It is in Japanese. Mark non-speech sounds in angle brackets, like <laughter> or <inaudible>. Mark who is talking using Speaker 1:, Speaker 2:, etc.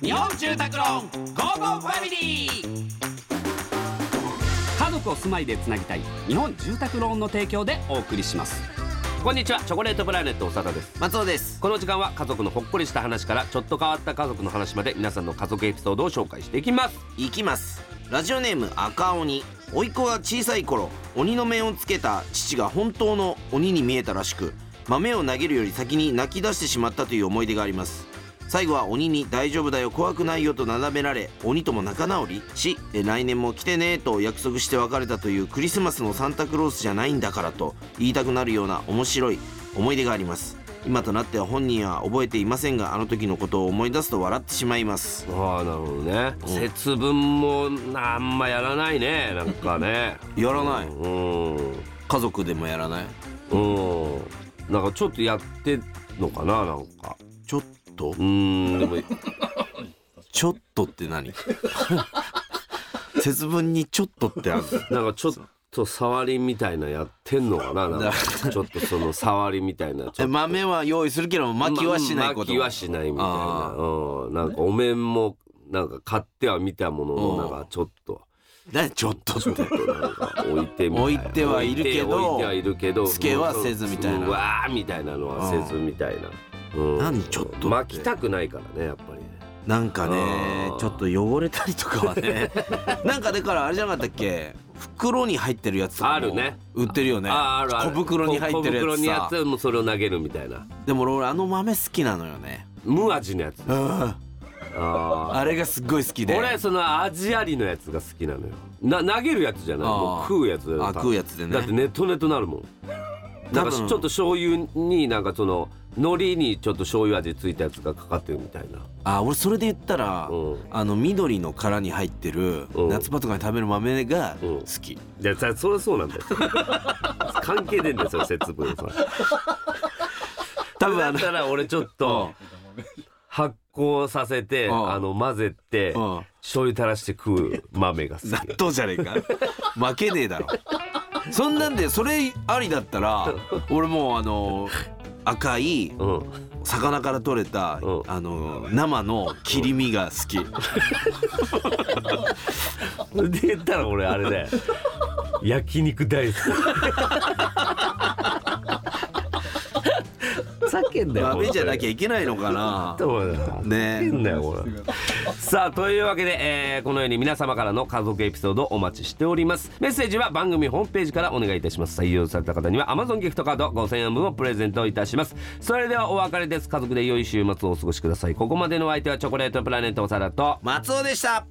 Speaker 1: 日本住宅ローンゴーゴーファミリー家族を住まいでつなぎたい日本住宅ローンの提供でお送りしますこんにちはチョコレートプラネット長田です
Speaker 2: 松尾です
Speaker 1: この時間は家族のほっこりした話からちょっと変わった家族の話まで皆さんの家族エピソードを紹介していきます
Speaker 2: いきますラジオネーム赤鬼甥っ子が小さい頃鬼の面をつけた父が本当の鬼に見えたらしく豆を投げるより先に泣き出してしまったという思い出があります最後は鬼に「大丈夫だよ怖くないよ」と並べられ鬼とも仲直りし「え来年も来てね」と約束して別れたというクリスマスのサンタクロースじゃないんだからと言いたくなるような面白い思い出があります今となっては本人は覚えていませんがあの時のことを思い出すと笑ってしまいます
Speaker 1: ああなるほどね節分もなあんまやらないねなんかね <laughs>
Speaker 2: やらない
Speaker 1: うんうん
Speaker 2: 家族でもやらない
Speaker 1: なんかちょっとやってんのかななんか
Speaker 2: ちょっと
Speaker 1: うんでも
Speaker 2: ちょっとって何節分にちょっとってある
Speaker 1: なんかちょっと触りみたいなやってんのかななんかちょっとその触りみたいなちょっと
Speaker 2: え豆は用意するけど巻きはしないこ
Speaker 1: ま
Speaker 2: と、
Speaker 1: あうん巻きはしないみたいな
Speaker 2: あ
Speaker 1: うんなんかお面もなんか買っては見たもの
Speaker 2: う
Speaker 1: の
Speaker 2: ん
Speaker 1: なんかちょっと
Speaker 2: 何ちょっとって
Speaker 1: なんか置いてみたいな
Speaker 2: 置いてはいるけど
Speaker 1: 置いてはいるけど
Speaker 2: つけはせずみたいな
Speaker 1: うわーみたいなのはせずみたいなうん
Speaker 2: 何ちょっとって
Speaker 1: 巻きたくないからねやっぱりね
Speaker 2: なんか
Speaker 1: あ
Speaker 2: ね
Speaker 1: ー
Speaker 2: ちょっと汚れたりとかは
Speaker 1: <laughs>
Speaker 2: ねなんかだからあれじゃなかったっけ袋に入ってるやつとかも
Speaker 1: あるね
Speaker 2: 売ってるよね
Speaker 1: あーあるある
Speaker 2: 小袋に入っ
Speaker 1: 小
Speaker 2: てるや
Speaker 1: 袋
Speaker 2: つ
Speaker 1: にや
Speaker 2: さ
Speaker 1: つもそれを投げるみたいな
Speaker 2: でも俺あの豆好きなのよね
Speaker 1: 無味のやつ
Speaker 2: あ
Speaker 1: あ
Speaker 2: あれがすっごい好き
Speaker 1: ー
Speaker 2: で
Speaker 1: 俺その味ありのやつが好きなのよな投げるやつじゃない
Speaker 2: あー
Speaker 1: もう食うやつだよ
Speaker 2: あ食うやつでね
Speaker 1: だってネットネットなるもんな
Speaker 2: 多
Speaker 1: んか
Speaker 2: 分
Speaker 1: ちょっと醤油になんかその海苔にちょっと醤油味ついたやつがかかってるみたいな
Speaker 2: あ俺それで言ったら、
Speaker 1: うん
Speaker 2: あの緑の殻に入ってる
Speaker 1: うん
Speaker 2: 夏場とかに食べる豆が
Speaker 1: うん
Speaker 2: 好き、
Speaker 1: いやさそれそうなんだよ <laughs> 関係ねえんだよそれ節分さ
Speaker 2: 多分
Speaker 1: だ
Speaker 2: あ
Speaker 1: っ
Speaker 2: の
Speaker 1: たら俺ちょっと発酵させて
Speaker 2: うん
Speaker 1: あの混ぜて
Speaker 2: うん
Speaker 1: 醤油垂らして食う豆が好き
Speaker 2: 納豆じゃねえか負けねえだろそんなんでそれありだったら俺もうあの赤い
Speaker 1: うん
Speaker 2: 魚から取れた、
Speaker 1: うん
Speaker 2: あの生の切り身が好き、
Speaker 1: それで言ったら俺あれだよ焼肉大好き叫んだよ
Speaker 2: 豆じゃなきゃ
Speaker 1: ゃ
Speaker 2: いけないのかな
Speaker 1: ね
Speaker 2: ね
Speaker 1: えんだよこれさあというわけで、えーこのように皆様からの家族エピソードお待ちしておりますメッセージは番組ホームページからお願いいたします採用された方には Amazon ギフトカード5000円分をプレゼントいたしますそれではお別れです家族で良い週末をお過ごしくださいここまでのお相手はチョコレートプラネット長田と
Speaker 2: 松尾でした